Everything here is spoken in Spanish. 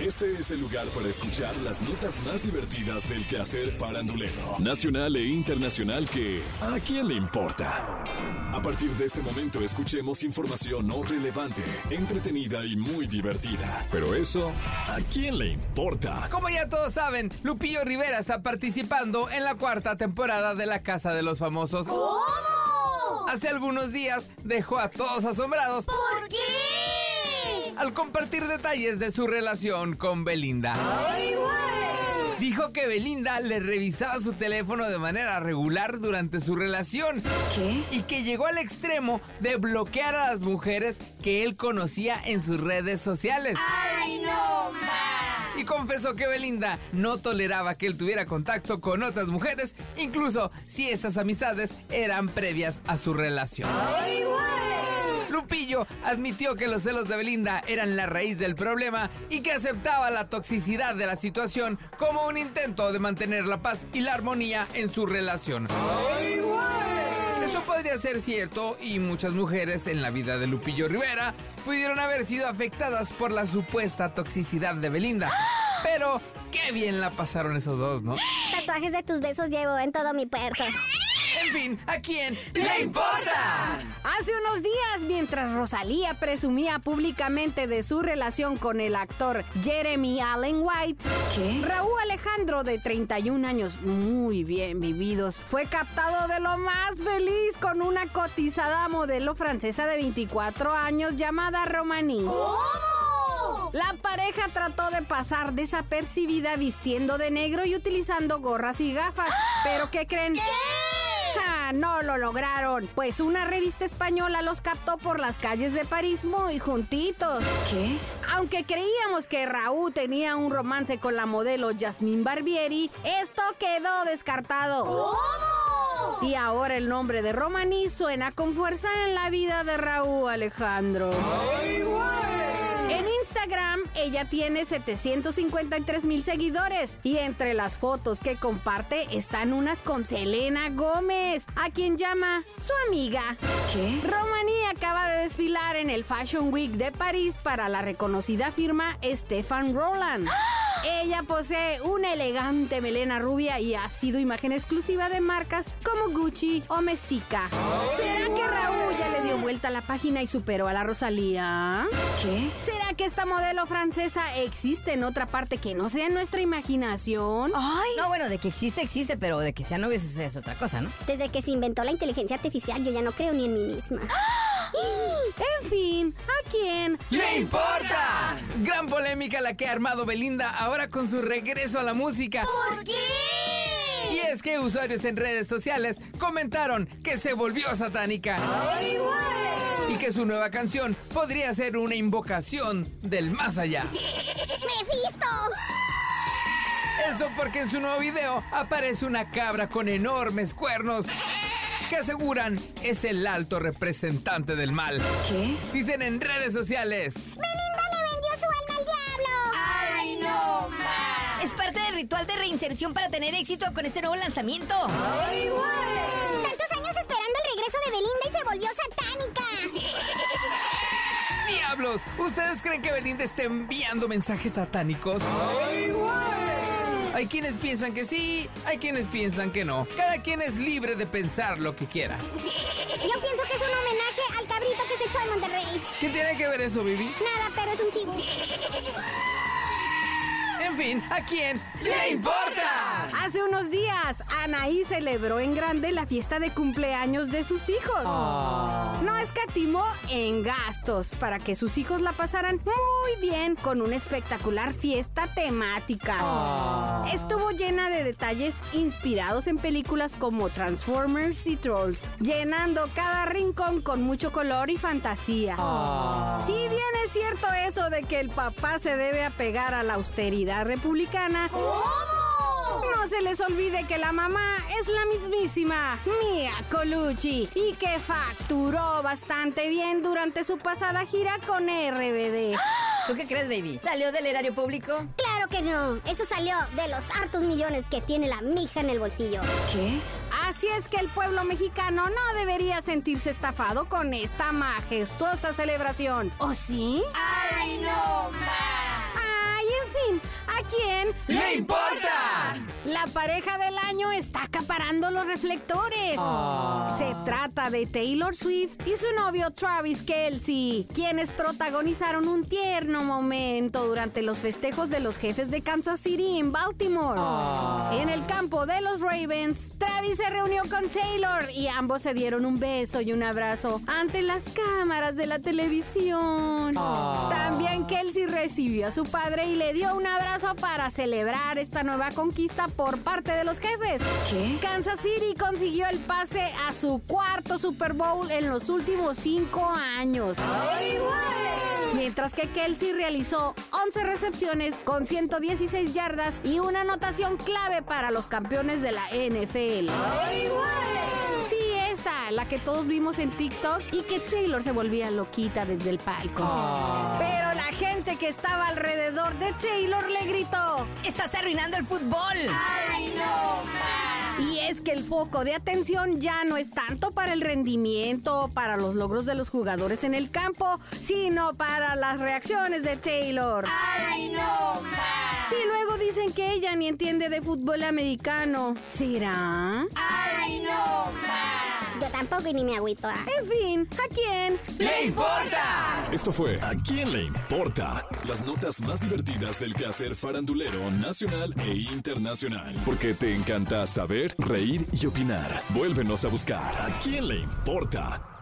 Este es el lugar para escuchar las notas más divertidas del quehacer farandulero, nacional e internacional que ¿a quién le importa? A partir de este momento escuchemos información no relevante, entretenida y muy divertida. Pero eso, ¿a quién le importa? Como ya todos saben, Lupillo Rivera está participando en la cuarta temporada de La Casa de los Famosos. Hace algunos días dejó a todos asombrados ¿Por qué? al compartir detalles de su relación con Belinda. Dijo que Belinda le revisaba su teléfono de manera regular durante su relación. ¿Qué? Y que llegó al extremo de bloquear a las mujeres que él conocía en sus redes sociales. ¡Ay, no más! Y confesó que Belinda no toleraba que él tuviera contacto con otras mujeres, incluso si estas amistades eran previas a su relación. ¡Ay, güey! Lupillo admitió que los celos de Belinda eran la raíz del problema y que aceptaba la toxicidad de la situación como un intento de mantener la paz y la armonía en su relación. Eso podría ser cierto y muchas mujeres en la vida de Lupillo Rivera pudieron haber sido afectadas por la supuesta toxicidad de Belinda. Pero qué bien la pasaron esos dos, ¿no? Tatuajes de tus besos llevo en todo mi cuerpo. En fin, ¿a quién le importa? Hace unos días, mientras Rosalía presumía públicamente de su relación con el actor Jeremy Allen White, ¿Qué? Raúl Alejandro, de 31 años, muy bien vividos, fue captado de lo más feliz con una cotizada modelo francesa de 24 años llamada Romani. ¿Cómo? La pareja trató de pasar desapercibida vistiendo de negro y utilizando gorras y gafas. ¿Pero qué creen? Ja, ¡Ah! No lo lograron, pues una revista española los captó por las calles de París muy juntitos. ¿Qué? Aunque creíamos que Raúl tenía un romance con la modelo Jasmine Barbieri, esto quedó descartado. ¿Cómo? Y ahora el nombre de Romaní suena con fuerza en la vida de Raúl Alejandro. En Instagram ella tiene 753 mil seguidores y entre las fotos que comparte están unas con Selena Gómez, a quien llama su amiga. ¿Qué? Romaní acaba de desfilar en el Fashion Week de París para la reconocida firma Stefan Roland. Ella posee una elegante melena rubia y ha sido imagen exclusiva de marcas como Gucci o Messica. ¿Será que Raúl ya le dio vuelta a la página y superó a la Rosalía? ¿Qué? ¿Será que esta modelo francesa existe en otra parte que no sea en nuestra imaginación? Ay. No, bueno, de que existe, existe, pero de que sea novio eso es otra cosa, ¿no? Desde que se inventó la inteligencia artificial, yo ya no creo ni en mí misma. En fin, ¿a quién? ¡Le importa! Gran polémica la que ha armado Belinda ahora con su regreso a la música. ¿Por qué? Y es que usuarios en redes sociales comentaron que se volvió satánica. Y que su nueva canción podría ser una invocación del más allá. ¡Mefisto! Eso porque en su nuevo video aparece una cabra con enormes cuernos que aseguran es el alto representante del mal. ¿Qué? Dicen en redes sociales. ¡Belinda le vendió su alma al diablo! ¡Ay, no más! Es parte del ritual de reinserción para tener éxito con este nuevo lanzamiento. ¡Ay, güey! Tantos años esperando el regreso de Belinda y se volvió satánica. ¡Diablos! ¿Ustedes creen que Belinda está enviando mensajes satánicos? Hay quienes piensan que sí, hay quienes piensan que no. Cada quien es libre de pensar lo que quiera. Yo pienso que es un homenaje al cabrito que se echó en Monterrey. ¿Qué tiene que ver eso, Vivi? Nada, pero es un chivo. En fin, ¿a quién le importa? Hace unos días, Anaí celebró en grande la fiesta de cumpleaños de sus hijos. Ah. No escatimó en gastos para que sus hijos la pasaran muy bien con una espectacular fiesta temática. Ah. Estuvo llena de detalles inspirados en películas como Transformers y Trolls, llenando cada rincón con mucho color y fantasía. Si bien es cierto eso de que el papá se debe apegar a la austeridad republicana, ¿Cómo? no se les olvide que la mamá es la mismísima Mia Colucci y que facturó bastante bien durante su pasada gira con RBD. ¿Tú qué crees, baby? ¿Salió del erario público? Claro que no. Eso salió de los hartos millones que tiene la mija en el bolsillo. ¿Qué? Así es que el pueblo mexicano no debería sentirse estafado con esta majestuosa celebración. ¿O sí? ¡Ay, no más! Ah, Ay, en La pareja del año está acaparando los reflectores. Se trata de Taylor Swift y su novio Travis Kelsey, quienes protagonizaron un tierno momento durante los festejos de los jefes de Kansas City en Baltimore. En el campo de los Ravens, Travis se reunió con Taylor y ambos se dieron un beso y un abrazo ante las cámaras de la televisión. También Kelsey recibió a su padre y le dio un abrazo para celebrar esta nueva conquista por parte de los jefes. Kansas City consiguió el pase a su cuarto Super Bowl en los últimos cinco años. Mientras que Kelsey realizó 11 recepciones con 116 yardas y una anotación clave para los campeones de la NFL. Sí, esa, la que todos vimos en TikTok y que Taylor se volvía loquita desde el palco. Pero la gente que estaba alrededor de Taylor le gritó. ¡Estás arruinando el fútbol! Y es que el foco de atención ya no es tanto para el rendimiento o para los logros de los jugadores en el campo, sino para las reacciones de Taylor. Y luego dicen que ella ni entiende de fútbol americano. ¿Será? Yo tampoco y ni me agüito. ah. En fin, ¿a quién? ¡Le importa! Esto fue ¿A quién le importa? Las notas más divertidas del quehacer farandulero nacional e internacional. Porque te encanta saber, reír y opinar. Vuélvenos a buscar ¿A quién le importa?